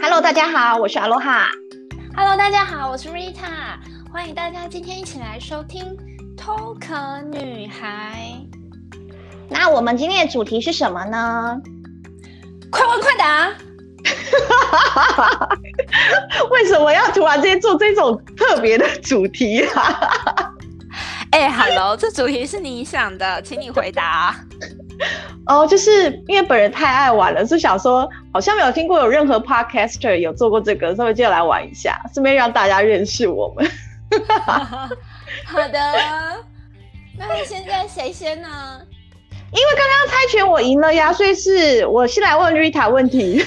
Hello，大家好，我是阿罗哈。 Hello，大家好，我是 Rita，欢迎大家今天一起来收听《偷壳女孩那我们今天的主题是什么呢？》，快问快答。为什么要突然间做这种特别的主题啊？哎、h e l l o 这主题是你想的，请你回答。哦，就是因为本人太爱玩了，就想说好像没有听过有任何 podcaster 有做过这个，所以就来玩一下，顺便让大家认识我们。 好的，那现在谁先 呢？因为刚刚猜拳我赢了呀，所以是我先来问 Rita 问 题，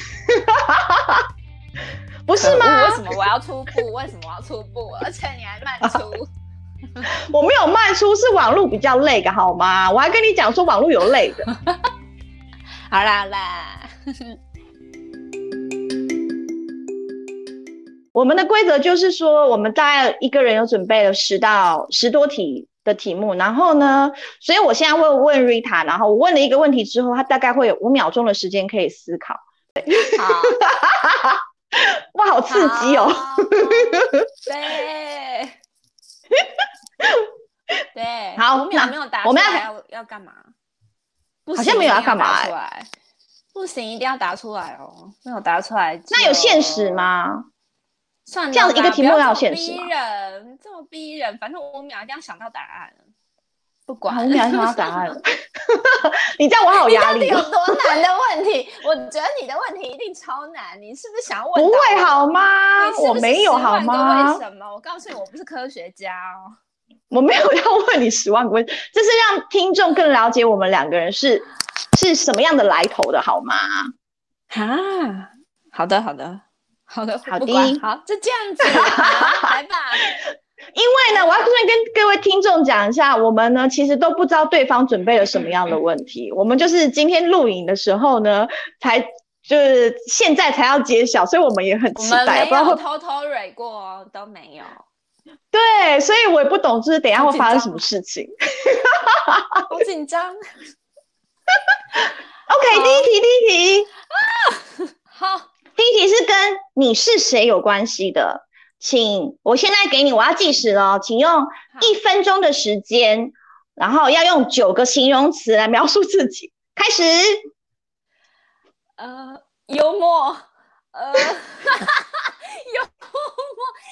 不是吗？为什么呃我要初步？为什么我要初步？而且你还 慢出。我没有卖出，是网络比较累的好吗？我还跟你讲说网络有累的。好啦好啦，我们的规则就是说，我们大概一个人有准备了十到十多题的题目，然后呢，所以我现在会问 Rita，然后我问了一个问题之后，她大概会有五秒钟的时间可以思考。好，哇，好刺激哦！好。 对，对，好我们有那没有答出来？我们要要要干嘛？不好行像没有要一定干嘛答欸出来不行，一定要答出来哦。没有答出来，那有限时？吗？算了啦，这样一个题目不要有要这限么时吗逼人，这么逼人。反正五秒一定要想到答案，不管哇，五秒想到答案 了， 你这样我好有压你力到哦。底有多难的问题？我觉得你的问题一定超难。你是不是想要问？不会好吗你是？不是我没有好10万个吗为？什么？我告诉你，我不是科学家哦。我没有要问你十万个问题，这是让听众更了解我们两个人是是什么样的来头的，好吗？啊，好的，好的，好的，好不的管好，就这样子， 好来吧。因为呢，我要顺便跟各位听众讲一下，我们呢其实都不知道对方准备了什么样的问题，我们就是今天录影的时候呢，才就是现在才要揭晓，所以我们也很我期们待，没不知道有会偷偷蕊过哦，都没 有。对，所以我也不懂，就是等一下会发生什么事情。好紧张。 OK，好第一题，第一题，好，第一题是跟你是谁有关系的，请我现在给你，我要计时了哦，请用一分钟的时间，然后要用九个形容词来描述自己，开始。呃，幽默， 呃，幽默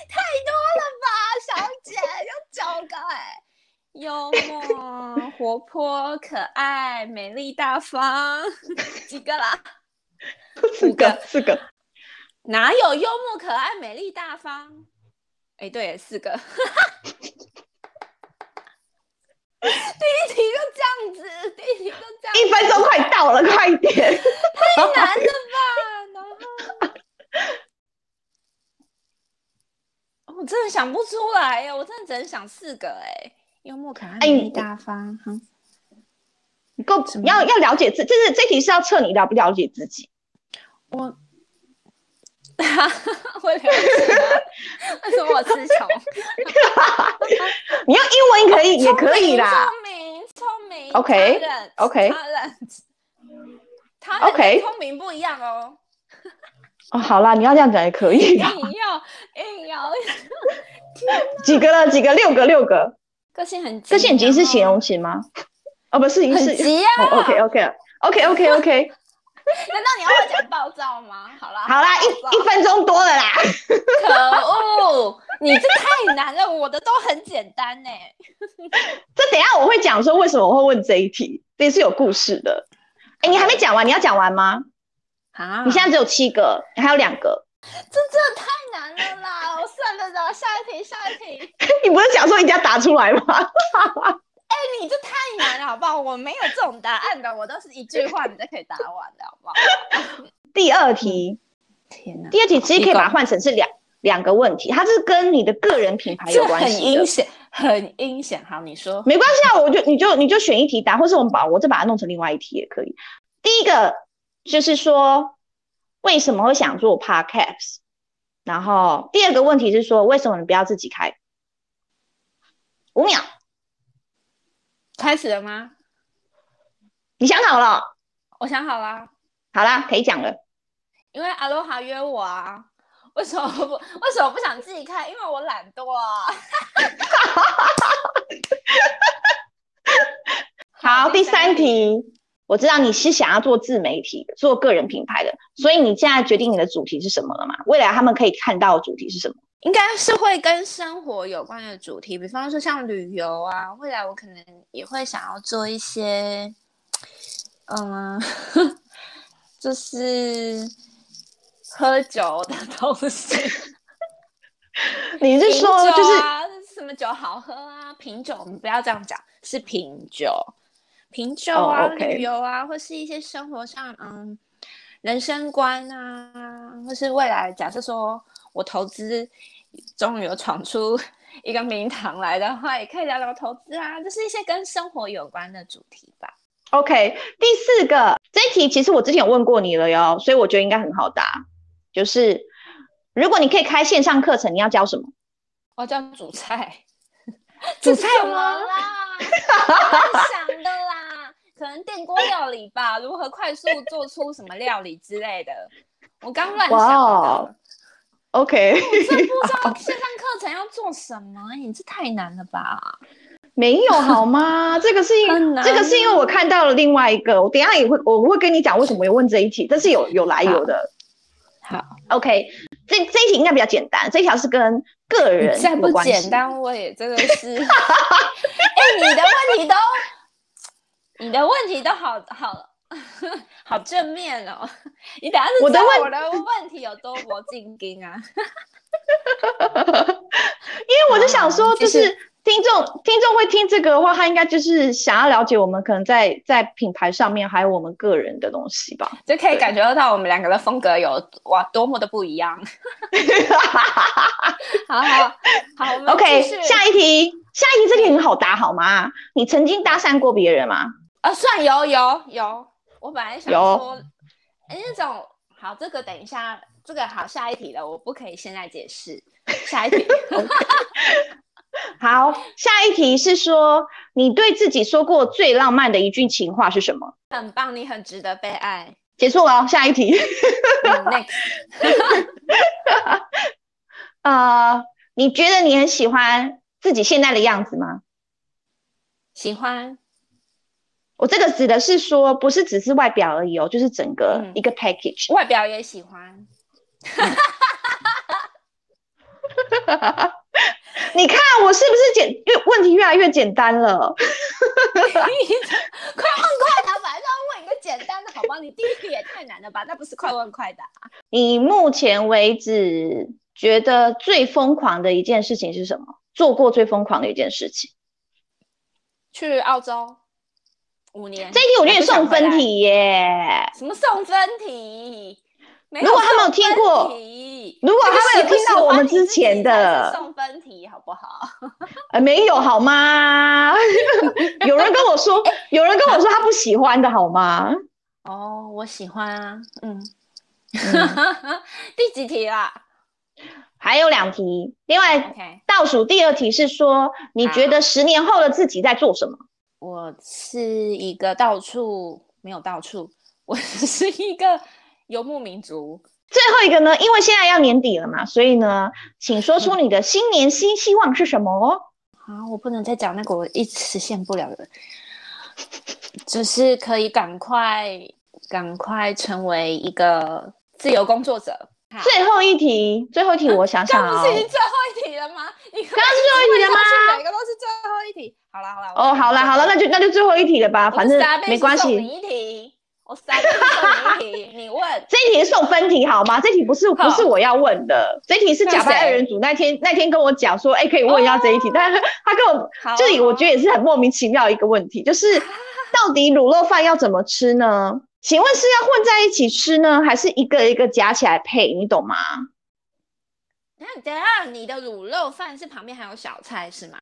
太多了吧，小姐，有九个哎。幽默、 活泼、可爱、美丽、大方，几个啦？四个，四个，哪有幽默、可爱、美丽、大方？哎，对，四个。第一题就这样子，第一题就这样子，一分钟快到了，快一点。太难啊了吧？然后，哦我真的想不出来耶，我真的只能想四个哎，幽默、可爱、哎美丽、你大方。哼你够什么要要了解自，就是这题是要测你了不了解自己。我， 我了解了，为什么我词穷？你用英文可以，也可以啦。聪明，啊聪明。 OK，他人 OK 他人，他人 OK 跟聪明不一样哦。哦，好啦，你要这样讲也可以 硬啦。要硬要，几个了？几个？六个，六啊个。个性很急，这些已经是形容然后词吗？哦，不是，已经很是。急啊。哦，OK，OK，OK，OK，OK。OK，难道你要我讲暴躁吗？好啦，好啦，一暴一躁分钟多了啦。可恶，你这太难了，我的都很简单呢。这等一下我会讲说为什么我会问这一题，这是有故事的。哎，你还没讲完，你要讲完吗？啊你现在只有七个，还有两个。这真的太难了啦！我算了啦，下一题，下一题。你不是讲说一定要答出来吗？ 你这太难了，好不好？我没有这种答案的，我都是一句话你就可以答完的，好不好？第二题。天哪，第二题其实可以一个把它换成是两两个问题，它是跟你的个人品牌有这关很系的阴。险，很阴险。好，你说没关系啊，我就你就你就选一题答，或是我们把我再把它弄成另外一题也可以。第一个就是说为什么会想做 podcast，然后第二个问题是说为什么你不要自己开？五秒，开始了吗？你想好了？我想好啦，好啦，可以讲了。因为阿罗哈约我啊，为什么不为什么不想自己开？因为我懒惰啊。好，第三，题，我知道你是想要做自媒体的，做个人品牌的，所以你现在决定你的主题是什么了吗？未来他们可以看到的主题是什么？应该是会跟生活有关的主题，比方说像旅游啊，未来我可能也会想要做一些，嗯， 就是喝酒的东西，你是品说酒就是啊什么酒好喝啊？品酒，我们不要这样讲，是品酒，品酒哦啊，OK 旅游啊，或是一些生活上，嗯，人生观啊，或是未来，假设说我投资终于有闯出一个名堂来的话，也可以聊聊投资啊，就是一些跟生活有关的主题吧。 OK，第四个这一题其实我之前有问过你了哟，所以我觉得应该很好答。就是如果你可以开线上课程，你要教什么？哦，叫主 菜，煮这是菜什么吗啦？乱想的啦， 可能电锅料理吧，如何快速做出什么料理之类的。我刚乱想哇哦的， OK，这不知 道线上课程要做什么，你这太难了吧？ 没有好吗？这个是因很难这个是因为我看到了另外一个，我等一下也会我会跟你讲为什么我问这一题，这是有有来由的。好， OK，这这一题应该比较简单，这一条是跟个人再不有关系简单，我也真 的是，哎、你的问题都，你的问题都好好 好正面哦，你等下是我的知道问我的问题有多么进京啊？因为我就想说，好就继续是听众听众会听这个的话，他应该就是想要了解我们可能在在品牌上面还有我们个人的东西吧。就可以感觉到我们两个的风格有哇多么的不一 样。好好好我们 OK，继续下一题，下一题这题很好答好吗？你曾经搭讪过别人吗？啊，算有有有，我本来想有说，哎，那种好，这个等一下，这个好，下一题了，我不可以现在 解释。下一题，好，下一题是说你对自己说过最浪漫的一句情话是什么？很棒，你很值得被爱。结束了哦，下一题。 嗯 Next，呃，你觉得你很喜欢自己现在的样子吗？喜欢我这个指的是说，不是只是外表而已哦，就是整个嗯一个 package。外表也 喜欢，你看我是不是简越问题越来越简单了？快问快答，反正要问一个简单的，好吗？你第一题也太难了吧？那不是快问快答。你目前为止觉得最疯狂的一件事情是什么？做过最疯狂的一件事情？去澳洲五年，这一题我觉得也送分还不想回来。题耶。什么送分题？没有如果他们有送分听过题如果他们有听到我们之前的这个喜欢你自己才是送分题，好不好？呃，没有好吗？ 有人跟我说，有人跟我说他不喜欢的好吗？哦，我喜欢啊，嗯，嗯 第几题啦还有两题，另外？OK，倒数第二题是说，你觉得十年后的自己在做什么？我是一个到处没有到处，我是一个游牧民族。最后一个呢，因为现在要年底了嘛，所以呢，请说出你的新年新希望是什么哦。啊，我不能再讲那个我一直实现不了的，就是可以赶快赶快成为一个自由工作者。好最后一题，最后一题，我想想刚啊、 不是已经最后一题了吗？你刚刚是最后一题了吗？每个都是最后一题。好了好了，哦，好了好了，那就那就最后一题了吧，我反正撒贝没斯关送系。你一题，我撒贝斯送你一题，你问这一题是送分题好吗？这题不是不是我要问的，这题是假那扮谁二人组那天那天跟我讲说，哎、可以问一下这一题，但是他跟我好。这里我觉得得也是很莫名其妙一个问题，就是到底卤肉饭要怎么吃呢？请问是要混在一起吃呢，还是一个一个夹起来配？你懂吗？那哦等一下你的卤肉饭是旁边还有小菜是吗？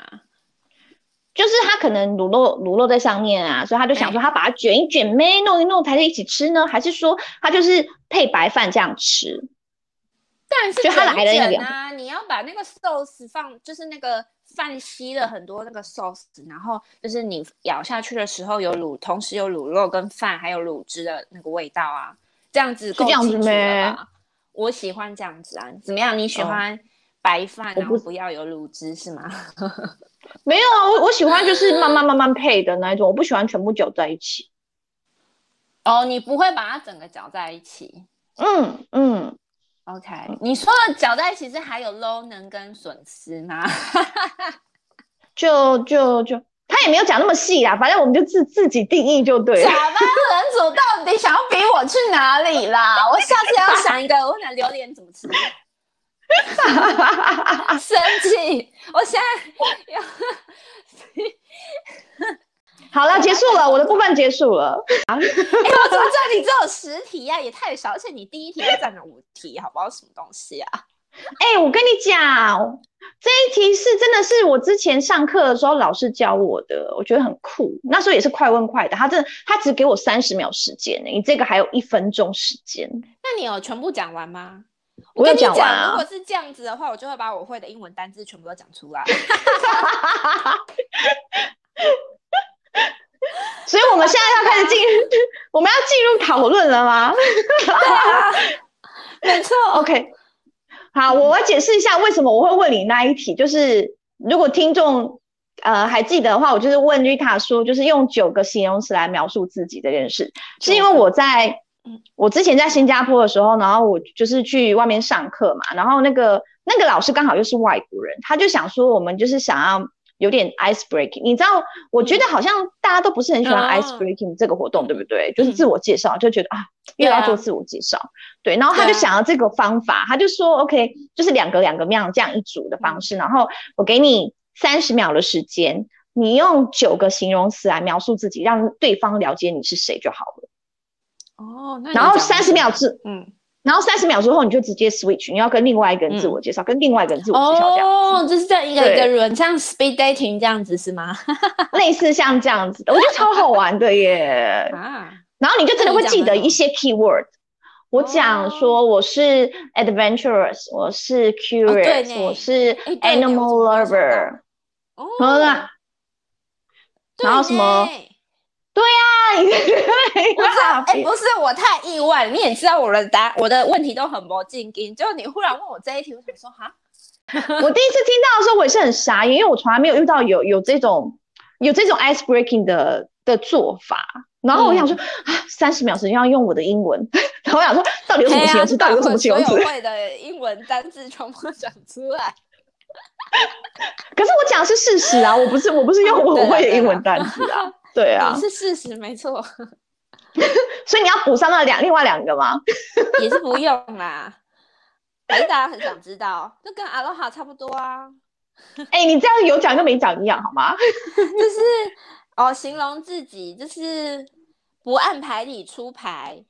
就是他可能卤肉卤肉在上面啊，所以他就想说他把它卷一卷呗，弄一弄才是一起吃呢，还是说他就是配白饭这样吃？但是就它卷来一了那个卷啊，你要把那个 sauce 放，就是那个饭吸了很多那个 sauce，然后就是你咬下去的时候有卤，同时有卤肉跟饭还有卤汁的那个味道啊，这样子够这样子清楚了咩哦吧？我喜欢这样子啊，怎么样？你喜欢白饭，我然后不不要有卤汁是吗？没有啊，我我喜欢就是慢慢慢慢配的那一种，我不喜欢全部搅在一起。哦，你不会把它整个搅在一起。嗯嗯， OK，你说的搅在一起是还有 low 能跟笋丝吗？就就就他也没有讲那么细啦，反正我们就自自己定义就对假了。 扮人主到底想要逼我去哪里 啦？我下次要想一个，我想榴莲怎么 吃。生气！我现 在要哎好了，结束了，我的部分结束了。哎、我怎么这里只有十题啊呀、也太少！而且你第一题就占了五题，好不好？什么东西啊？哎、我跟你讲，这一题是真的是我之前上课的时候老师教我的，我觉得很酷。那时候也是快问快答，他真的他只给我三十秒时间呢、欸你这个还有一分钟时间。那你有全部讲完吗？我跟有你讲完啊如果是这样子的话，我就会把我会的英文单字全部都讲出 来。所以我们现在要开始进， 我们要进入讨论了吗啊没错， ？OK，好，我要解释一下为什么我会问你那一题，就是如果听众呃还记得的话，我就是问 Rita 说，就是用九个形容词来描述自己这件事，是因为我在嗯我之前在新加坡的时候，然后我就是去外面上课嘛，然后那个那个老师刚好又是外国人，他就想说我们就是想要有点 ice breaking，你知道，我觉得好像大家都不是很喜欢嗯 ice breaking 这个活动，对不对？就是自我介绍，就觉得啊，对又啊要做自我介绍，对，然后他就对啊想要这个方法，他就说 OK，就是两个两个那样这样一组的方嗯式，然后我给你三十秒的时间，你用九个形容词来描述自己，让对方了解你是谁就好了。哦，那你然后讲三十秒之，嗯，然后三十秒之后你就直接 switch，你要跟另外一个人自我介绍，跟另外一个人自我介绍这样，嗯哦，就是这样一个对一个轮，像 speed dating 这样子是吗？类似像这样子的，我觉得超好玩的耶。啊，然后你就真的会记哦得一些 keyword。我讲说我是 adventurous，我是哦对 curious，、呢我是哎对呢我 animal 怎么没有想 lover。哦，好啦，对啊然后什么呢啊，你不是啊，哎、哎不是，我太意外了。你也知道我的答，我的问题都很不进京，就你忽然问我这一题，我想说哈，我第一次听到的时候，我也是很傻眼，因为我从来没有遇到有有这种有这种 ice breaking 的的做法。然后我想说、嗯啊，三十秒时间要用我的英文， 然后我想说到底有什哎么形容词？到底有什么形容词所？有会的英文单字全部讲出 来。可是我讲的是事实啊，我不是我不是用我哦对啦会对的英啦文单词啊，对啊也，是事实，没错，所以你要补上那两另外两个吗？也是不用 啦。反正大家很想知道，就跟阿罗哈差不多啊，哎、你这样有讲跟没讲一样好吗？就是哦，形容自己就是不按牌理出牌，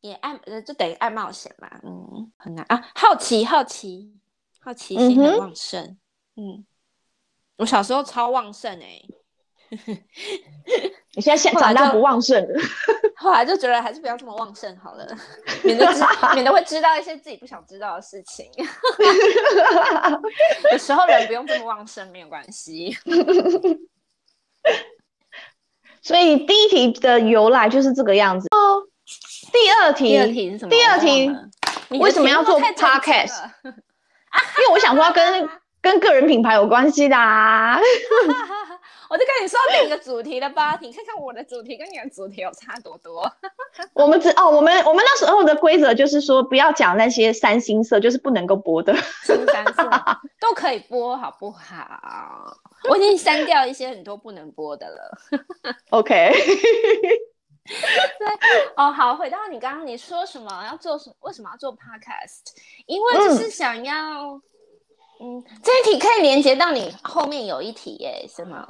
也按呃，就等于爱冒险嘛，嗯，很难啊，好奇，好奇，好奇嗯心很哼旺盛，嗯，我小时候超旺盛哎、 你现在现后来长大就不旺盛了，后来就觉得还是不要这么旺盛好了， 免得知免得会知道一些自己不想知道的事情。 有时候人不用这么旺盛没有关系，所以第一题的由来就是这个样子。哦，第二题，第二题是什么？第二我忘题了你的为什么题要目做太震惊 podcast？了因为我想说要 跟跟个人品牌有关系的啊。 我就跟你说另一个主题了吧， 你看看我的主题跟你的主题有差多多。我们只哦，我们我们那时候的规则就是说不要讲那些三星色，就是不能够播的。新三色 都可以播，好不好？我已经删掉一些很多不能播的了。 OK，哦，好，回到你刚刚你说什么要做什么？为什么要做 podcast？因为就是想要，嗯，这一题可以连接到你后面有一题耶，什么？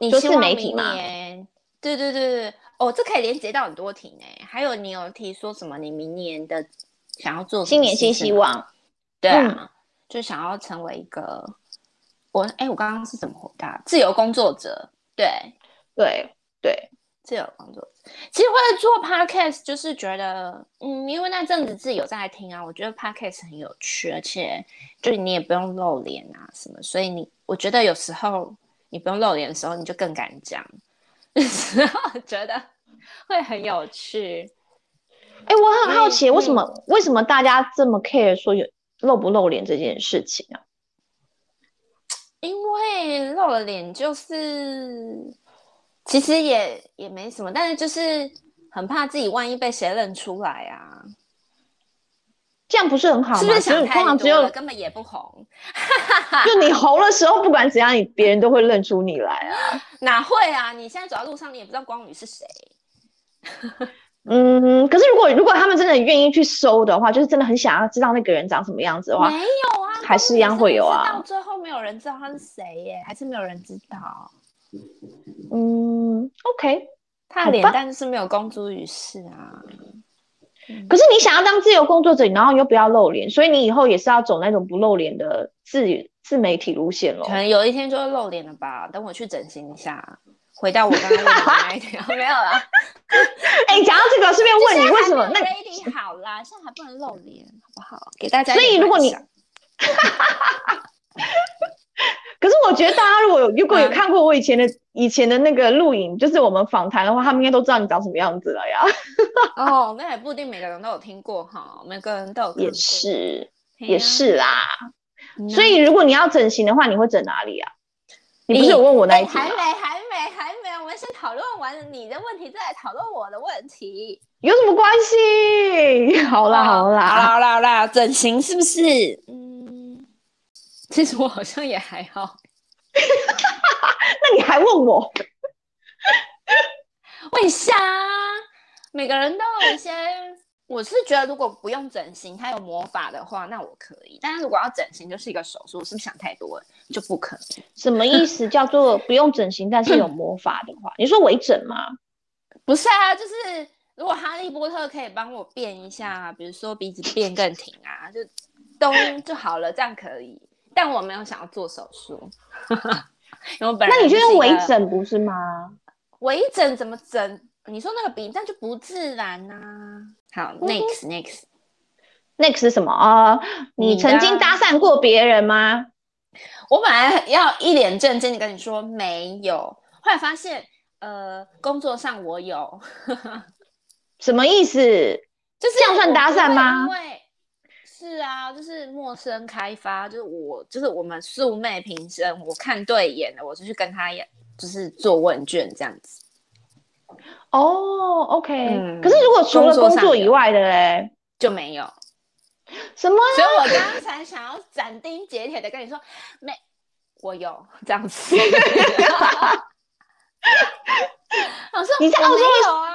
你说希自望媒明体吗年？对对对对，哦，这可以连接到很多题呢。还有你有提说什么？你明年的想要做什新么年事新情希吗？望。嗯对啊，就想要成为一个我哎，我刚刚是怎么回答？自由工作者，对，对对，自由工作者。其实会做 podcast 就是觉得，嗯，因为那阵子自己有在听啊，我觉得 podcast 很有趣，而且就你也不用露脸啊什么，所以你我觉得有时候你不用露脸的时候，你就 更敢讲，有时候觉得会很有趣。哎，我很好嗯奇，为什嗯么、为什么大家这么 care 说有露不露脸这件事情啊？因为露了脸就是，其实也也没什么，但是就是很怕自己万一被谁认出来啊，这样不是很好吗？是不是只有想通太常只多有了，根本也不红， 就你红的时候，不管怎样，你别人都会认出你来啊。哪会啊？你现在走在路上，你也不知道光宇是谁，嗯，可是如果如果他们真的愿意去搜的话，就是真的很想要知道那个人长什么样子的话，没有啊，还是一样会有啊到最后没有人知道他是谁耶，还是没有人知道嗯，OK。他好的脸吧，蛋就是没有公诸于世啊。可是你想要当自由工作者，然后你又不要露脸，所以你以后也是要走那种不露脸的自自媒体路线咯可。能有一天就会露脸了吧？等我去整形一下，回到我刚刚问你的那 一条，没有啦。哎、讲到这个，顺便问你为什么那 ready 好啦，现在还不能露脸，好不好？给大家一所点以幻想。如果你可是我觉得大家如果有如果有嗯看过我以前的以前的那个录影，就是我们访谈的话，他们应该都知道你长什么样子了呀。哦，那也不一定每个人都有听过哈，每个人都有看过也，是嗯嘿呀也，是啦，嗯所以如果你要整形的话，你会整哪里啊？你不是啊你有问我那哎一题吗还没还没还没，我们先讨论完你的问题，再来讨论我的问题。有什么关系？ 好啦哦好好啦啦，好啦好啦，整形是不是？嗯， 其实我好像也还好，那你还问我？为啥？每个人都有一些，我是觉得如果不用整形，它有魔法的话，那我可以；但是如果要整形，就是一个手术，是不是想太多了？就不可能。什么意思？叫 做不用整形，但是有魔法的话，你说微整吗？不是啊，就是如果哈利波特可以帮我变一下，啊比如说鼻子变更挺啊，就 咚就好了，这样可以。但我没有想要做手术，因为我本来那你就就用微是一个整不是吗？微整怎么整？你说那个鼻，那就不自然呐、嗯好，next next， next 是什么啊、呃你你的啊曾经搭讪过别人吗？我本来要一脸正经的跟你说没有，后来发现，呃，工作上我有，什么意思？就是这样算我搭不讪会吗因为是啊，就是陌生开发，就是我，就是我们素昧平生，我看对眼了，我就去跟他也就是做问卷这样子。哦，OK、嗯可是如果除了工工作上作有以外的嘞，就没有，什么？所以我刚才想要斩钉截铁的跟你说，没，我有这样子。 我说你在哦澳洲我没有啊？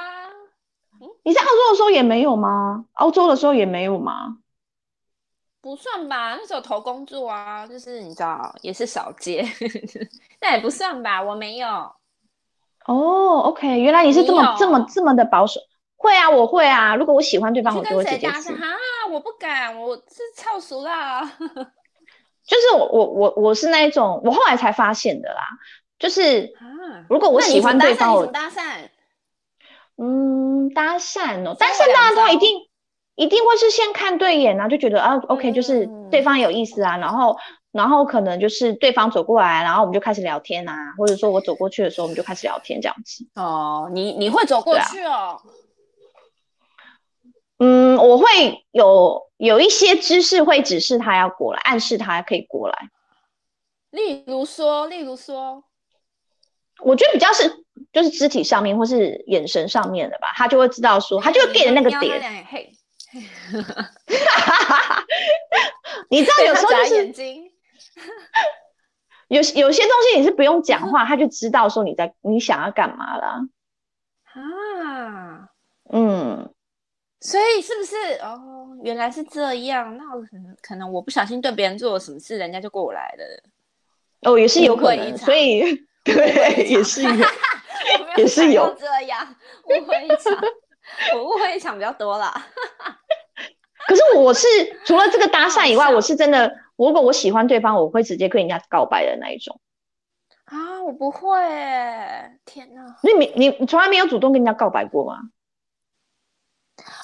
你在澳洲的时候也没有吗？澳洲的时候也没有吗？不算吧，那时候投工作啊，就是你知道，也是少 接，那也不算吧，我没有。哦，OK，原来你是这没么有这么这么的保守。会啊，我会啊。如果我喜欢对你方，去我就会跟直谁接搭去讪。哈？我不敢，我是超熟 啦。就是我我我我是那一种，我后来才发现的啦。就是啊，如果我那你喜怎欢么搭对讪方，你我怎么搭讪？嗯，搭讪哦，分搭为讪大家两都一招定一定会是先看对眼啊，就觉得啊，OK，就是对嗯方有意思啊，然后然后可能就是对方走过来，然后我们就开始聊天啊，或者说我走过去的时候我们就开始聊天这样子。哦，你你会走过对啊去哦。嗯，我会有有一些姿势会指示他要过来，暗示他可以过来。例如说，例如说，我觉得比较是就是肢体上面或是眼神上面的吧，他就会知道说，他就会 get 那个哎你要他点。两眼 嘿，你知道有时候就对他眨是眼睛，有有些东西你是不用讲话，他就知道说你在你想要干嘛啦。啊，嗯，所以是不是哦？原来是这样，那我可能可能我不小心对别人做了什么事，人家就过来了。 哦，也是有可误会一能，场所以对，也是有。 我没也是有想到这样误会一场， 我误会一场比较多啦。可是我是除了这个搭讪以外，好笑我是真的，如果我喜欢对方，我会直接跟人家告白的那一种。啊，我不会耶，天哪！你没你你从来没有主动跟人家告白过吗？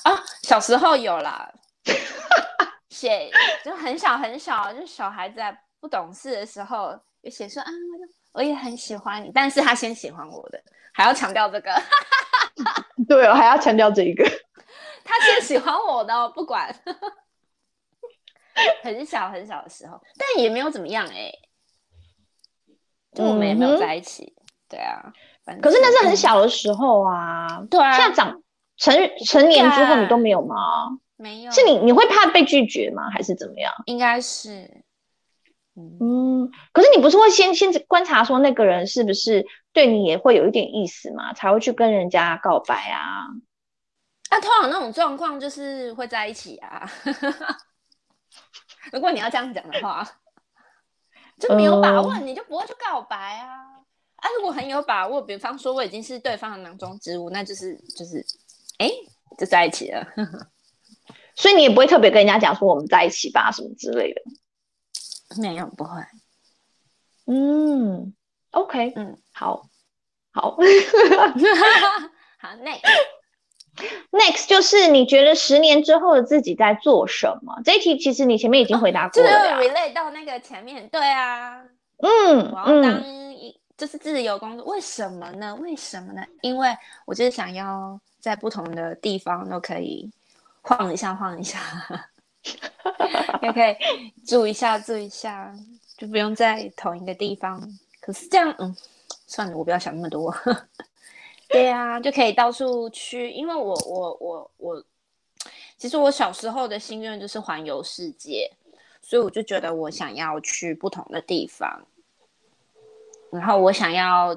啊，小时候有啦，写就很小很小，就是小孩子还不懂事的时候，就写说啊，我也很喜欢你，但是他先喜欢我的，还要强调这个， 对哦，还要强调这一个。他先喜欢我的，我不管。 很小很小的时候，但也没有怎么样哎、就我们也没嗯有哼在一起。对啊，反 正可是那是很小的时候啊，对啊，现在长成成年之后对嗯你都没有吗？没有是你你会怕被拒绝吗？还是怎么样？应该是，嗯，嗯，可是你不是会先先观察说那个人是不是对你也会有一点意思嘛，才会去跟人家告白啊？啊，通 常那种状况就是会在一起啊。 如果你要这样讲的话，就没有把握，你就不会去告白啊。啊，如果很有把握，比方说我已经是对方的囊中之物，那就是就是，哎、就在一起了。所以你也不会特别跟人家讲说我们在一起吧什么之类的。没有，不会。嗯，OK，嗯，好，好 好，那，Next 就是你觉得十年之后的自己在做什么？这一题其实你前面已经回答就过是了呀。 relate 到那个前面，对啊，嗯我要当嗯一、就是自由工作，为什么呢？为什么呢？因为我就是想要在不同的地方都可以晃一下晃一下， 也可以住一下住一下，就不用在同一个地方。可是这样，嗯，算了，我不要想那么多。 对呀、就可以到处去，因为我我我我，其实我小时候的心愿就是环游世界，所以我就觉得我想要去不同的地方。然后我想要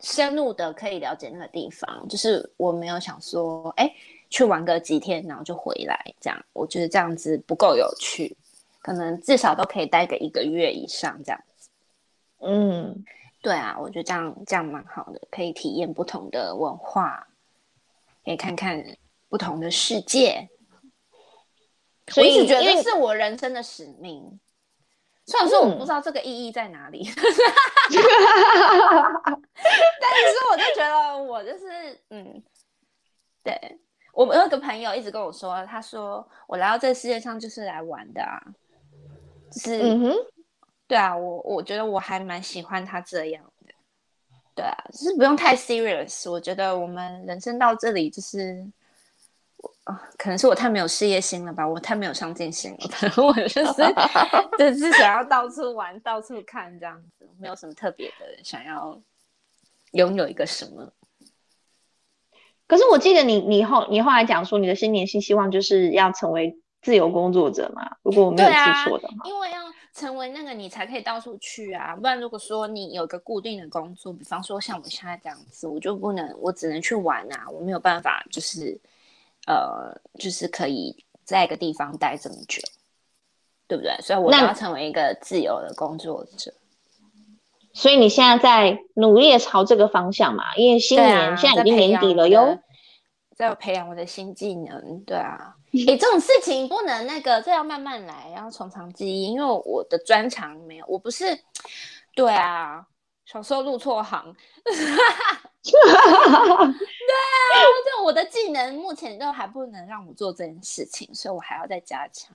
深入的可以了解那个地方，就是我没有想说，哎，去玩个几天然后就回来这样，我觉得这样子不够有趣，可能至少都可以待个一个月以上这样。嗯，对啊，我觉得这样这样蛮好的，可以体验不同的文化，可以看看不同的世界。所以我一直觉因为得是我人生的使命，虽然说我嗯不知道这个意义在哪 里，但是我就觉得我就是嗯，对我我有一个朋友一直跟我说，他说我来到这个世界上就是来玩的啊，就是、嗯哼，对啊，我我觉得我还蛮喜欢他这样的。对啊，就是不用太 serious。我觉得我们人生到这里，就是我啊，可能是我太没有事业心了吧，我太没有上进心了吧。 我就是就是想要到处玩、到处看这样子，没有什么特别的想要拥有一个什么。可是我记得你你后你后来讲说你的新年新希望就是要成为自由工作者嘛，如果我没有对啊记错的话。因为要成为那个你才可以到处去啊，不然如果说你有个固定的工作，比方说像我现在这样子，我就不能，我只能去玩啊，我没有办法就是呃，就是可以在一个地方待这么久，对不对？所以我那要成为一个自由的工作者。所以你现在在努力的朝这个方向嘛，因为新对年、啊，现在在已经培年养啊底了我哟的。。在培养我的新技能，对啊，诶，这种事情不能那个，这要慢慢来，要从长计议，因为我的专长没有，我不是，对啊，小时候入错行， 啊就我的技能目前都还不能让我做这件事情，所以我还要再加强。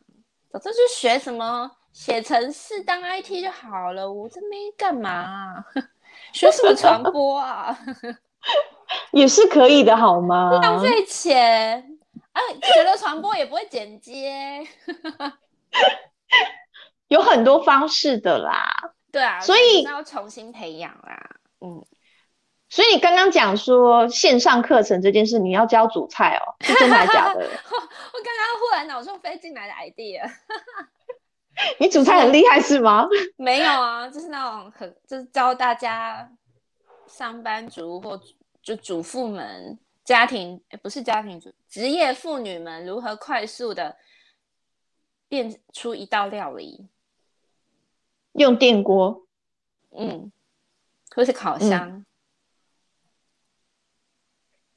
早知道去学什么写程式当 IT 就好了，我这没干嘛啊、 学什么传播啊？也是可以的，好吗？浪费钱。啊，学了传播也不会剪接，有很多方式的啦。对啊，所就以是要重新培养啦。嗯，所以你刚刚讲说线上课程这件事，你要教煮菜哦，是真的还是假 的？我刚刚忽然脑中飞进来的 idea， 你煮菜很厉害是吗？没有啊，就是那种很就是教大家上班族或就主妇们、家庭诶不是家庭主职业妇女们如何快速的变出一道料理，用电锅，嗯，或是烤嗯箱。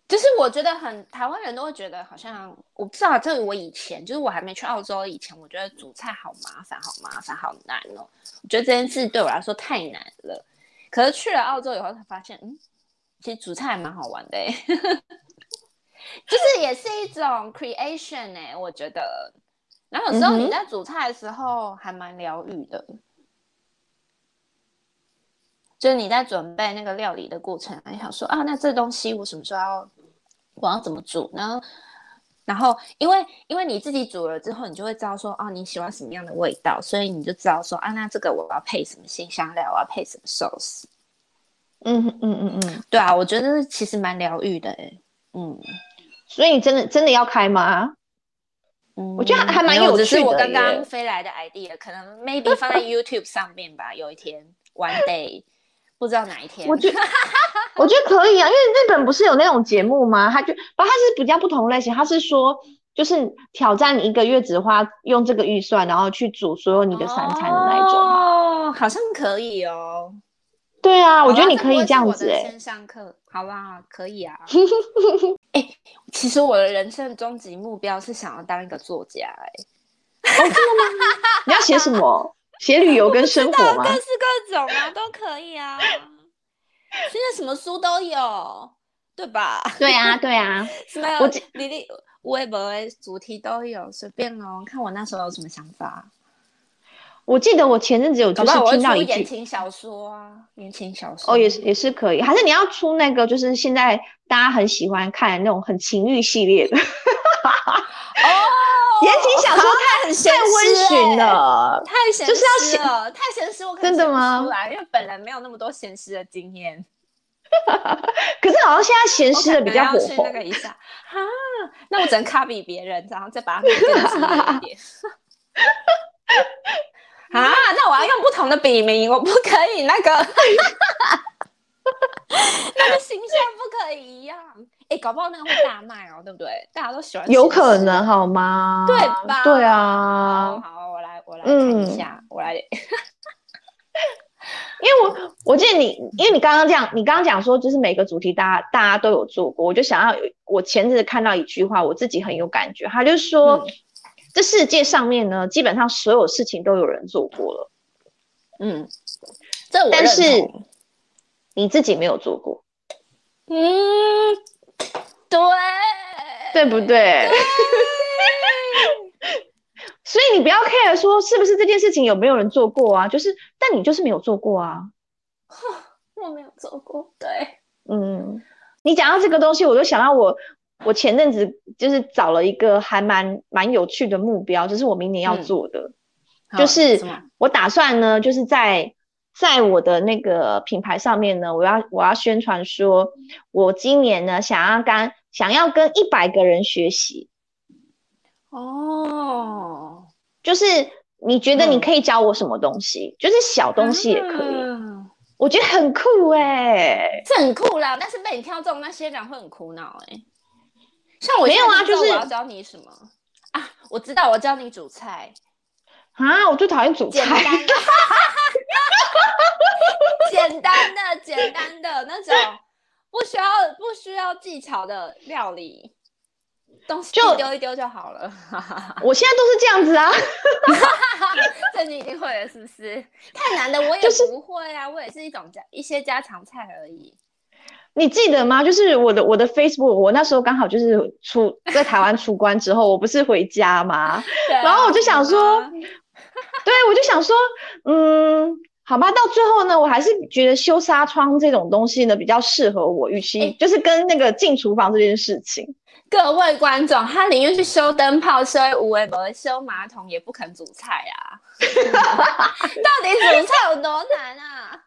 就是我觉得很台湾人都会觉得好像我不知道，这个我以前就是我还没去澳洲以前，我觉得煮菜好麻烦，好麻烦，好难哦。我觉得这件事对我来说太难了。可是去了澳洲以后才发现，嗯，其实煮菜还蛮好玩的、欸， 就是也是一种 creation 哎、我觉得。然后有时候嗯哼你在煮菜的时候还蛮疗愈的，就是你在准备那个料理的过程，你想说啊，那这东西我什么时候要，我要怎么煮呢？然后因为因为你自己煮了之后，你就会知道说哦你喜欢什么样的味道，所以你就知道说啊那这个我要配什么新香料，我要配什么 sauce。嗯嗯嗯嗯，对啊，我觉得其实蛮疗愈的诶。嗯所以你真的真的要开吗？嗯，我觉得还还蛮没有有这是趣我的刚耶刚飞来的 idea，可能 maybe 放在 YouTube 上面吧，有一天 one day，不知道哪一天。 我觉得我觉得可以啊，因为日本不是有那种节目吗？他就不，他是比较不同类型，他是说就是挑战一个月只花用这个预算，然后去煮所有你的三餐的那一种。哦，好像可以哦。对啊，我好觉得啦你可以这样子哦不会是我哎、 的线上课，好啦，可 以啊。哎、其实我的人生终极目标是想要当一个作家、哎，你要写什么？写旅游跟生活到 吗各？式各种啊，都可以啊。现在什么书都有，对吧？对啊，对啊，什么我记李丽微博的主题都有，随便哦，看我那时候有什么想法。我记得我前阵子有就搞不是好我会听到出一言句，情小说啊，言情小说哦，也是也是可以，还是你要出那个就是现在大家很喜欢看那种很情欲系列的 哦，言情小说太很太温驯了。太闲就是要湿闲了，太闲湿，我可能真的写不吗出来，因为本人没有那么多闲湿的经验，可是好像现在闲我湿可的能比较要火去那红个，一下哈，那我只能 copy 别人，然后再把它弄得更激烈一 点。啊，那我要用不同的笔名，我不可以 那个，那个形象不可以一样。哎、搞不好那个会大卖哦，对不对？大家都喜欢，有可能。好吗？对哦吧对好啊，好，我来，我来看一嗯下，我来。因为我我记得你，因为你刚刚这样，你刚刚讲说就是每个主题大家大家都有做过，我就想要有我前阵子看到一句话，我自己很有感觉，他就说、嗯这世界上面呢，基本上所有事情都有人做过了，嗯，这我但认是同你自己没有做过，嗯，对，对不对？ 所以你不要 care 说是不是这件事情有没有人做过啊，就是但你就是没有做过啊。我没有做过，对，嗯，你讲到这个东西，我就想到我，我前阵子就是找了一个还蛮蛮有趣的目标，就是我明年要嗯做的，好就是什么我打算呢，就是在在我的那个品牌上面呢，我要我要宣传说，我今年呢想要跟想要跟一百个人学习，哦，就是你觉得你嗯可以教我什么东西，就是小东西也可以，啊我觉得很酷哎、这很酷啦。但是被你挑中那些人会很苦恼哎、像我没有现在啊不知道就是我要教你什么 啊？我知道，我教你煮菜，啊，我最讨厌煮简菜单。的， 简单的，简单的那种不需要不需要技巧的料理，东西就丢一丢就好了。 我现在都是这样子啊，这你一定会了，是不是？太难的我也就是不会啊，我也是一种家一些家常菜而已。你记得吗？就是我的我的 Facebook，我那时候刚好就是出在台湾出关之后，我不是回家吗？对啊嗯然后我就想说好吧对，我就想说，嗯，好吧，到最后呢，我还是觉得修纱窗这种东西呢比较适合我，与其哎就是跟那个进厨房这件事情，各位观众，他宁愿去修灯泡、修无为博、修马桶，也不肯煮菜 啊！到底煮菜有多难啊？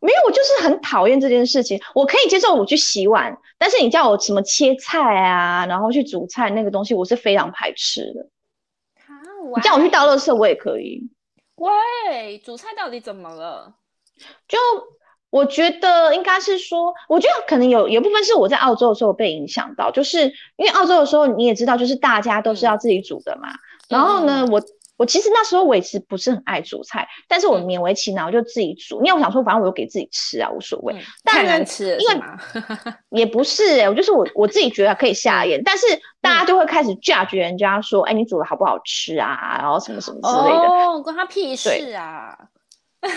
没有，我就是很讨厌这件事情。我可以接受我去洗碗，但是你叫我什么切菜啊，然后去煮菜那个东西，我是非常排斥的。啊，你叫我去 why？倒垃圾，我也可以。喂，煮菜到底怎么了？就我觉得应该是说，我觉得可能有有部分是我在澳洲的时候被影响到，就是因为澳洲的时候你也知道，就是大家都是要自己煮的嘛。然后呢，我我其实那时候我也是不是很爱煮菜，但是我勉为其难我就自己煮，因为我想说反正我有给自己吃啊，无所谓。嗯，但太呢难吃了因为是吗？也不是欸，我就是我我自己觉得可以下咽，但是大家嗯就会开始 judge 人家说，哎，你煮的好不好吃啊，然后什么什么之类的，哦，关他屁事啊！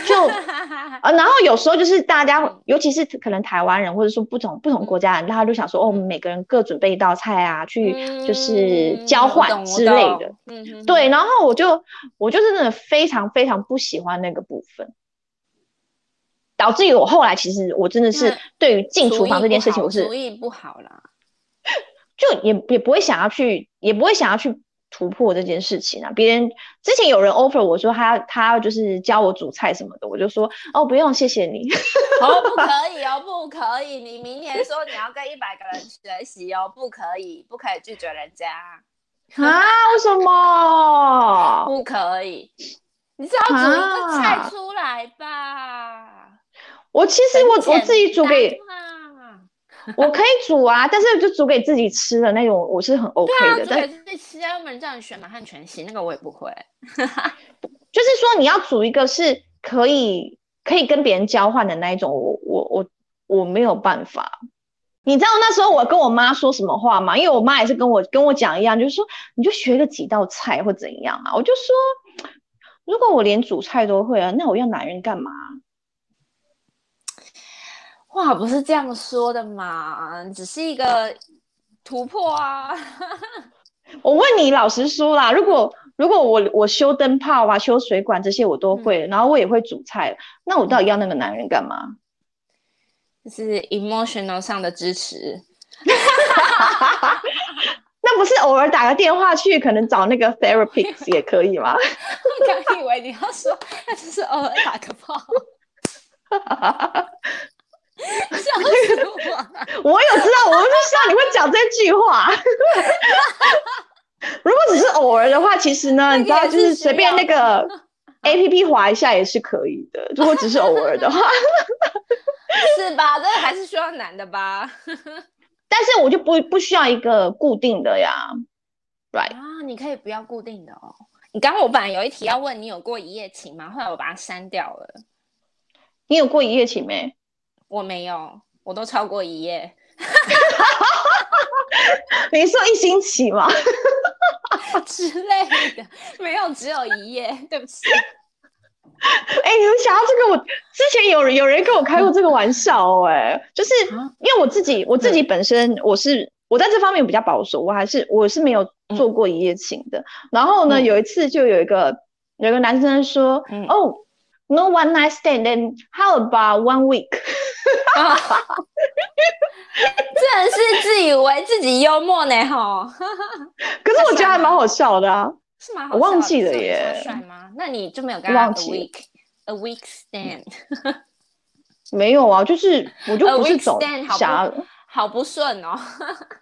就。啊，然后有时候就是大家嗯，尤其是可能台湾人，或者说不同不同国家人，大家就想说，哦，我们每个人各准备一道菜啊， 去就是嗯交换之类。我懂我的懂。嗯哼哼对，然后我就我就是真的非常非常不喜欢那个部分，导致于我后来其实我真的是那对于进厨厨艺房这不件事情，好我是厨艺不好啦。就也也不会想要去，也不会想要去突破这件事情啊。别人之前有人 offer 我说他他要就是教我煮菜什么的，我就说哦不用，谢谢你。 哦，不可以哦，不可以！你明年说你要跟一百个人学习哦，不可以，不可以拒绝人家，啊，为什么？不可以！你至少煮一个啊菜出来吧。我其实我我自己煮给很简单嘛我可以煮啊，但是就煮给自己吃的那种，我是很 OK 对啊，的。煮但给自己吃啊，又没人叫你选满汉全席，那个我也不会。就是说，你要煮一个是可以可以跟别人交换的那一种，我我我我没有办法。你知道那时候我跟我妈说什么话吗？因为我妈也是跟我跟我讲一样，就是说你就学个几道菜或怎样啊。我就说，如果我连煮菜都会啊，那我要男人干嘛？话不是这样说的嘛，只是一个突破啊。我问你，老实说啦，如果如果我我修灯泡啊、修水管这些我都会，然后我也会煮菜，那我到底要那个男人干嘛？ 就是 emotional 上的支持，那不是偶尔打个电话去，可能找那个 therapist 也可以吗？我 刚以为你要说那就是偶尔打个炮， 笑死我！我有知道，我就知道你会讲这句话。 如果只是偶尔的话，其实呢，那个你知道，也就是是随便那需要个 A P P 划一下也是可以 的。如果只是偶尔的话，是吧？这个还是需要男的吧？但是我就不不需要一个固定的呀。Right，啊，你可以不要固定的哦。你刚刚我本来有一题要问你有过一夜情吗？后来我把它删掉了。你有过一夜情没？ 我没有，我都超过一夜。你说一星期吗？哦之类的，没有，只有一页。对不起，哎、你们想到这个，我之前有人有人跟我开过这个玩笑、哦，哎，就是啊因为我自己我自己本身我是我在这方面比较保守，我还是我是没有做过一夜情的。然后呢，嗯有一次就有一个有一个男生说，嗯 哦、n o one night stand，then how about one week？ 啊、真的是自以为自己幽默呢，吼，可是我觉得那算吗还蛮好笑的啊。是吗？我忘记了耶这么帅吗？那你就没有跟他忘 a 记嗯 week a week stand，没有啊，就是我就 A 不是呃 week 走 stand，好不想要，好不顺哦，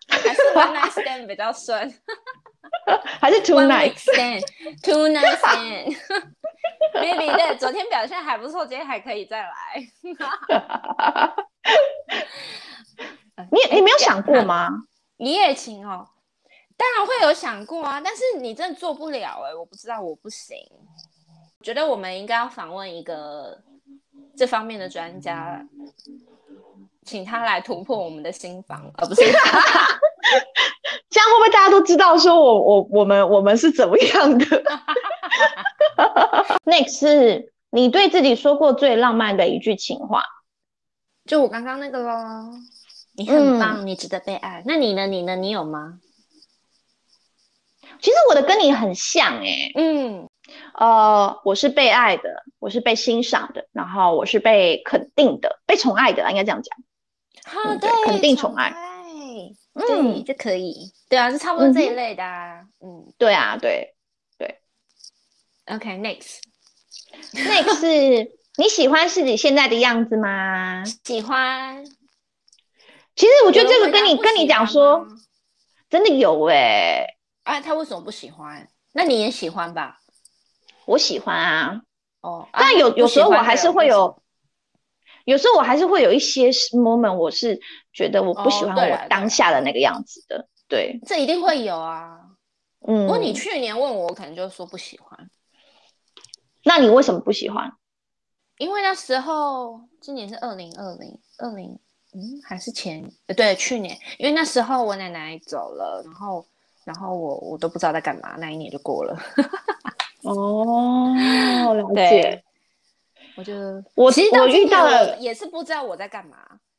还是 one night stand 比较顺还是 two ，one night week。stand，two night stand 。maybe 对，昨天表现还不错，今天还可以再来。你你没有想过吗？一夜情哦，当然会有想过啊，但是你真的做不了哎、我不知道，我不行。我觉得我们应该要访问一个这方面的专家，请他来突破我们的心房，而、不是这样会不会大家都知道说我我我们我们是怎么样的 ？Next 是你对自己说过最浪漫的一句情话，就我刚刚那个咯。嗯你很棒，你值得被爱。那你呢？你呢？你有吗？其实我的跟你很像诶、嗯，呃，我是被爱的，我是被欣赏的，然后我是被肯定的，被宠爱的啦，应该这样讲。好嗯对肯定宠爱爱，对，嗯，这可以。对啊，就差不多这嗯一类的啊。嗯对啊，对。 ，OK，next，、 Next 是你喜欢自己现在的样子吗？喜欢。其实我我觉得这个跟你跟你讲说，真的有欸诶、哎，他为什么不喜欢？那你也喜欢吧？我喜欢啊。哦，啊但有有时候我还是会，不喜欢的人为什么有，有时候我还是会有一些时 moment，我是觉得我不喜哦欢对我啦对啦当下的那个样子的。对，这一定会有啊。嗯，不过你去年问我，我可能就说不喜欢，那你为什么不喜欢？因为那时候今年是二零二零二零，嗯，还是前呃对去年，因为那时候我奶奶走了，然后然后我我都不知道在干嘛，那一年就过了。哦，了对， 我就我其实我到遇今年到了我也是不知道我在干嘛，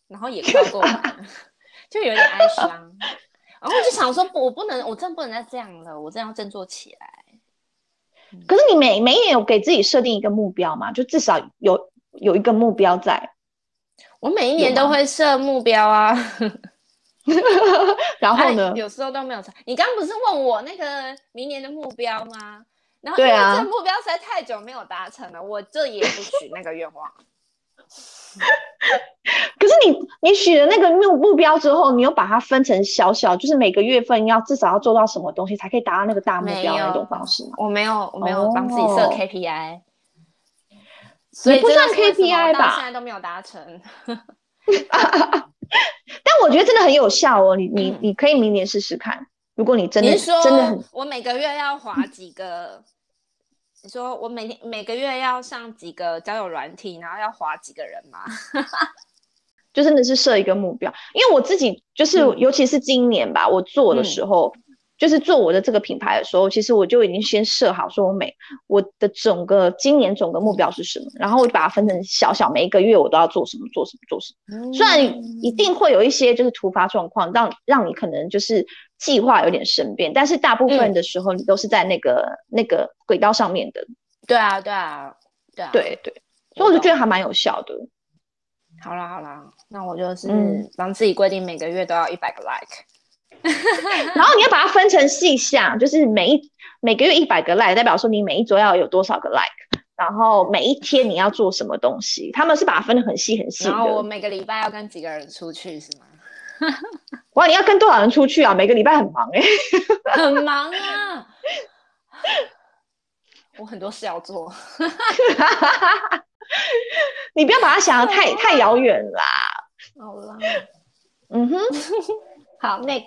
然后也跨过完了， 就有点哀伤。然后我就想说，不，我不能，我真的不能再这样了，我真的要振作起来。可是你每每年有给自己设定一个目标嘛？就至少有有一个目标在。我每一年有吗都会设目标啊，然后呢哎？有时候都没有成。你刚不是问我那个明年的目标吗？然后对因为啊这目标实在太久没有达成了，我这也不许那个愿 望。可是你你许了那个目目标之后，你又把它分成小小，就是每个月份要至少要做到什么东西才可以达到那个大目没标有那种方式吗？我没有，我没有帮自己设哦 KPI，、所以不这算就是为什么 KPI 我到吧现在都没有达成。但我觉得真的很有效哦，你你嗯你可以明年试试看，如果你真的你是说真的很我每个月要划几个？你说我每天每个月要上几个交友软体，然后要划几个人 吗？就真的是设一个目标，因为我自己就是、嗯尤其是今年吧，我做的时候，就是做我的这个品牌的时候，其实我就已经先设好，说我每我的整个今年整个嗯目标是什么，然后我就把它分成小小，每一个月我都要做什么做什么做什么。虽然一嗯定会有一些就是突发状况，让让你可能就是计划有点生变，但是大部分嗯的时候你都是在那个、那个轨道上面的。对啊，对啊，对啊，对对，所以我就觉得得还蛮有效的。好啦好啦，那我就是嗯帮自己规定每个月都要一百个 like。然后你要把它分成细项，就是每一每个月一百个 like，代表说你每一周要有多少个 like，然后每一天你要做什么东西，他们是把它分得很细很细的然。后我每个礼拜要跟几个人出去是吗？哇，你要跟多少人出去啊？每个礼拜很忙哎、很忙啊， 我很多事要做。 你不要把它想得哦太太遥远啦。好啦，嗯哼好 n e，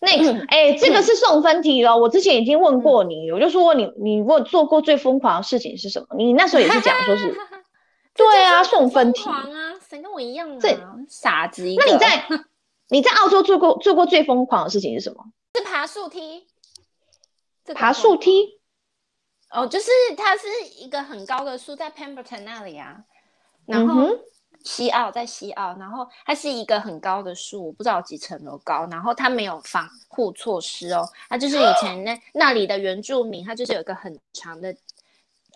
，next，哎、这个是送分题了。我之前已经问过你，我就说问你，你问做过最疯狂的事情是什么？你那时候也是讲说是 对啊，送分题。狂啊，谁跟我一样啊？这傻子一个。那你 在你在澳洲做过做过最疯狂的事情是什么？是爬树梯？这个爬吗树梯。哦，就是它是一个很高的树，在 Pemberton 那里啊，然嗯后哼，西澳在西澳，然后它是一个很高的树，我不知道有几层楼高，然后它没有防护措施哦，它就是以前那那里的原住民，它就是有一个很长的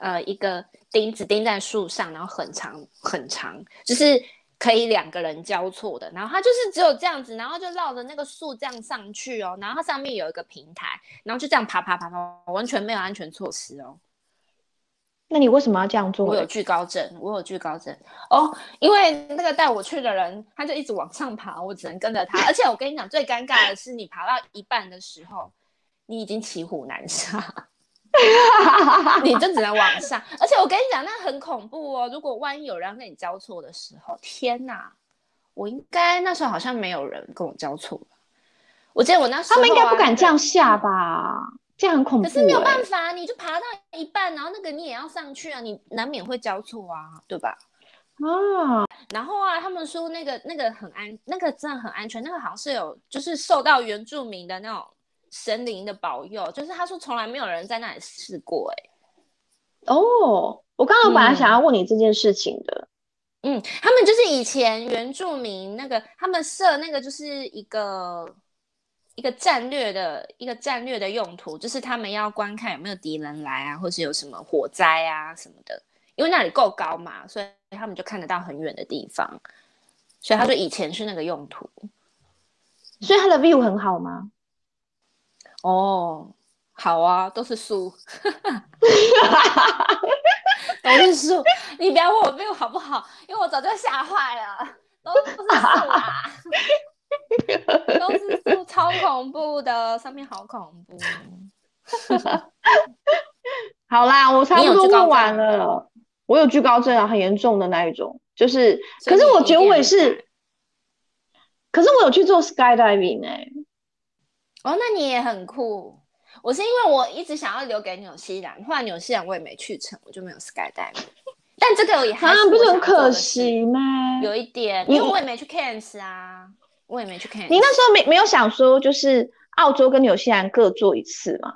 呃一个钉子钉在树上，然后很长很长，就是可以两个人交错的，然后它就是只有这样子，然后就绕着那个树这样上去哦，然后它上面有一个平台，然后就这样爬爬爬爬，完全没有安全措施哦。那你为什么要这样做我有欸？惧高症，我有惧高症哦，因为那个带我去的人，他就一直往上爬，我只能跟着他。而且我跟你讲，最尴尬的是，你爬到一半的时候，你已经骑虎难下，你就只能往上。而且我跟你讲，那很恐怖哦。如果万一有人跟你交错的时候，天哪！我应该那时候好像没有人跟我交错吧？我记得我那时他候、们应该不敢这这样。样下吧？这样很恐怖、啊可欸。是没有办法，啊你就爬到一半，然后那个你也要上去啊，你难免会交错啊，对吧？啊！然后啊，他们说那个那个很安，那个真的很安全，那个好像是有就是受到原住民的那种神灵的保佑，就是他说从来没有人在那里试过、欸，哦，我刚刚本来嗯想要问你这件事情的，嗯，他们就是以前原住民那个，他们设那个就是一个一个战略的一个战略的用途，就是他们要观看有没有敌人来啊，或是有什么火灾啊什么的，因为那里够高嘛，所以他们就看得到很远的地方，所以他说以前是那个用途。嗯所以它的 view 很好吗？哦，好啊，都是树， 都是树。你不要问我 v i 好不好，因为我早就吓坏了。都都是树 啊，都是树，超恐怖的，上面好恐怖。好啦，我差你不有多惧高问症完了。我有惧高症啊，很严重的那一种，就是，所可以是你我一觉得定我要也去是，可是我有去做 skydiving 哎、哦，那你也很酷。我是因为我一直想要留给纽西兰，后来纽西兰我也没去成，我就没有 skydiving。但这个也还啊，不我是很想要做可的事，惜吗？有一点，你因为我也没去 Cairns 啊，我也没去 Cairns。你那时候没没有想说，就是澳洲跟纽西兰各做一次吗？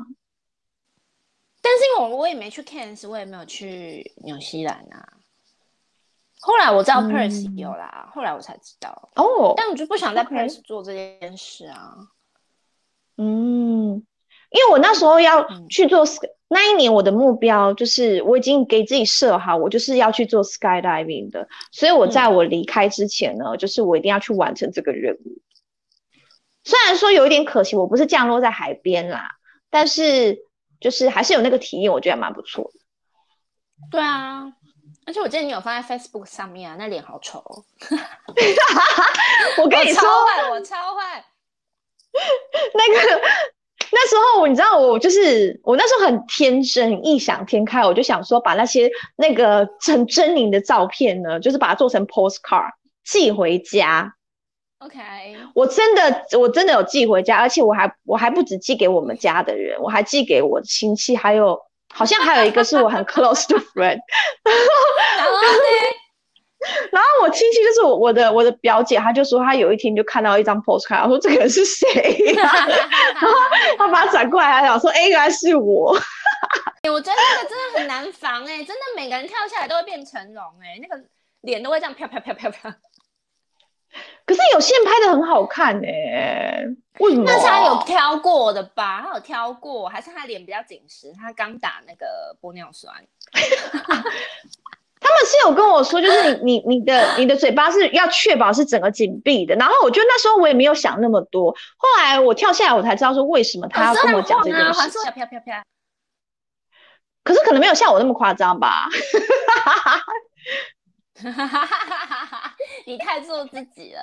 但是因为我我也没去 Cairns，我也没有去纽西兰啊。后来我知道嗯 Perth 有啦，后来我才知道，哦，但我就不想在 OK Perth 做这件事啊。嗯，因为我那时候要嗯去做 sky，那一年我的目标就是我已经给自己设好，我就是要去做 skydiving 的，所以我在嗯我离开之前呢，就是我一定要去完成这个任务。虽然说有一点可惜，我不是降落在海边啦，但是就是还是有那个体验，我觉得还蛮不错的。对啊，而且我记得你有放在 Facebook 上面啊，那脸好丑、哦。我跟我你哦超说，坏，我超坏。 那个那时候你知道，我就是我那时候很天真，很异想天开，我就想说把那些那个很狰狞的照片呢，就是把它做成 postcard 寄回家。 OK，我真的我真的有寄回家，而且我还我还不止寄给我们家的人，我还寄给我亲戚，还有好像还有一个是我很 close 的 friend。 然后呢？然后我亲戚就是我我的我的表姐，她就说她有一天就看到一张 postcard，她说这个人是谁 呀、她把它转过来，她想说，哎、原来是我。欸我觉得那个真的很难防哎、真的每个人跳下来都会变成龙哎、那个脸都会这样飘飘飘飘飘。可是有线拍的很好看哎、为什么？ 那是他有挑过的吧？他有挑过，还是他脸比较紧实？他刚打那个玻尿酸。他们是有跟我说，就是 你你你的你的嘴巴是要确保是整个紧闭的。然后我觉得那时候我也没有想那么多，后来我跳下来我才知道说为什么他要哦跟我讲这件个事还情是。飘飘飘。可是可能没有像我那么夸张 吧。 你太做自己了。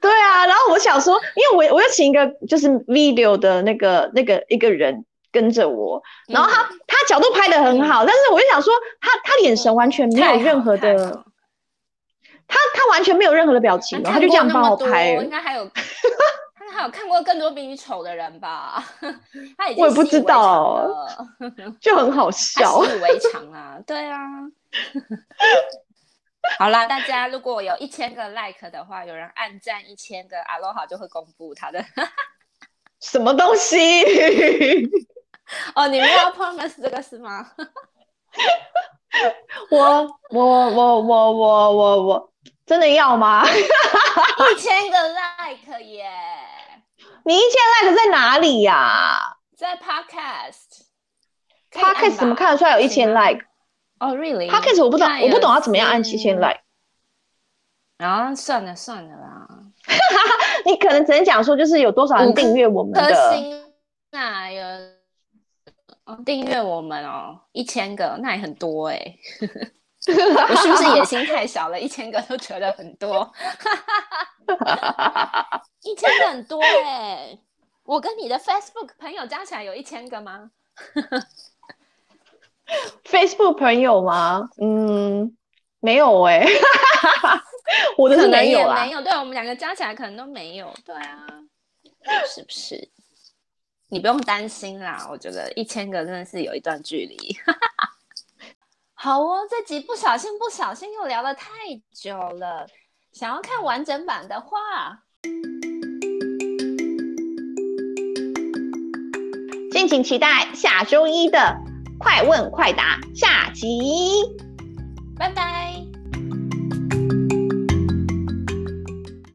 对啊，然后我想说，因为我我又请一个就是 video 的那个那个一个人跟着我， 然后他、嗯他角度拍的很好，但是我就想说他他眼神完全没有任何的，他他完全没有任何的表情哦，他就这样帮我拍我应。该还有，他还有看过更多比你丑的人吧？ 他已经我也不习以知为道常哦了就很好他笑，习以为常啊，对啊。 好啦，大家如果有一千个 like 的话，有人按赞一千个，阿罗哈就会公布他的。什么东西？ 哦，你们要 promise 这个是吗？我我我我我我我真的要吗？一千个 like 耶，你一千 like 在哪里呀、在 podcast。可以按 Podcast 怎么吧看得出来有一千行啊 like？Podcast 哦，really？我不懂，我不懂要怎么样按七千7000 like。然后啊算了算了啦，你可能只能讲说，就是有多少人订阅我们颗的，星那啊有哦订阅我们哦，一千个那也很多哎、 我是不是野心太小了？一千个都觉得很 多，一千个很多哎、我跟你的 Facebook 朋友加起来有一千个吗？ Facebook 朋友吗？嗯，没有哎、 我的可是能没也有啦没。有，对啊我们两个加起来可能都没有，对啊，是不是？你不用担心啦，我觉得一千个真的是有一段距离。 好哦，这集不小心不小心又聊了太久了，想要看完整版的话，敬请期待下周一的快问快答下集。拜拜。